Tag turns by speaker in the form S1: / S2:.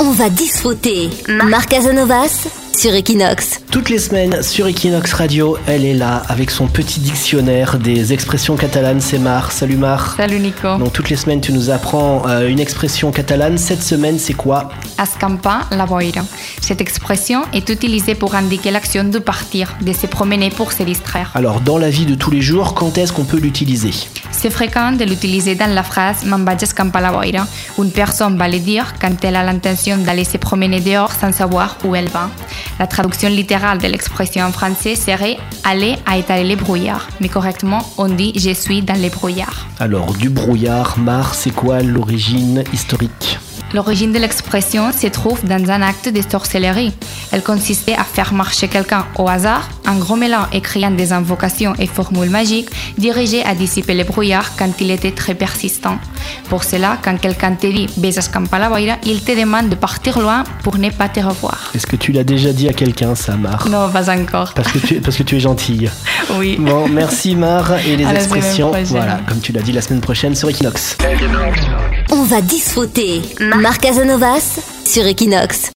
S1: On va disfruter. Marc Casanovas sur Equinox.
S2: Toutes les semaines sur Equinox Radio, elle est là avec son petit dictionnaire des expressions catalanes. C'est Mar. Salut Mar.
S3: Salut Nico.
S2: Donc toutes les semaines, tu nous apprends euh, une expression catalane. Cette semaine, c'est quoi
S3: Ascampa la boira. Cette expression est utilisée pour indiquer l'action de partir, de se promener pour se distraire.
S2: Alors, dans la vie de tous les jours, quand est-ce qu'on peut l'utiliser
S3: C'est fréquent de l'utiliser dans la phrase Me'n vaig a escampar la boira. Une personne va le dire quand elle a l'intention d'aller se promener dehors sans savoir où elle va. La traduction littérale de l'expression en français serait aller à étaler les brouillards. Mais correctement, on dit je suis dans les brouillards.
S2: Alors, du brouillard, Mar, c'est quoi l'origine historique
S3: L'origine de l'expression se trouve dans un acte de sorcellerie. Elle consistait à faire marcher quelqu'un au hasard en grommelant et criant des invocations et formules magiques dirigées à dissiper les brouillards quand il était très persistant. Pour cela, quand quelqu'un te dit Baisse escampa la boira, il te demande de partir loin pour ne pas te revoir.
S2: Est-ce que tu l'as déjà dit à quelqu'un, ça, Mar
S3: Non, pas encore.
S2: Parce que, tu, parce que tu es gentille.
S3: Oui.
S2: Bon, merci Mar et les
S3: À la semaine
S2: expressions.
S3: prochaine.
S2: Voilà, comme tu l'as dit la semaine prochaine sur Equinox.
S1: On va disfruter. Marc Casanovas sur Equinox.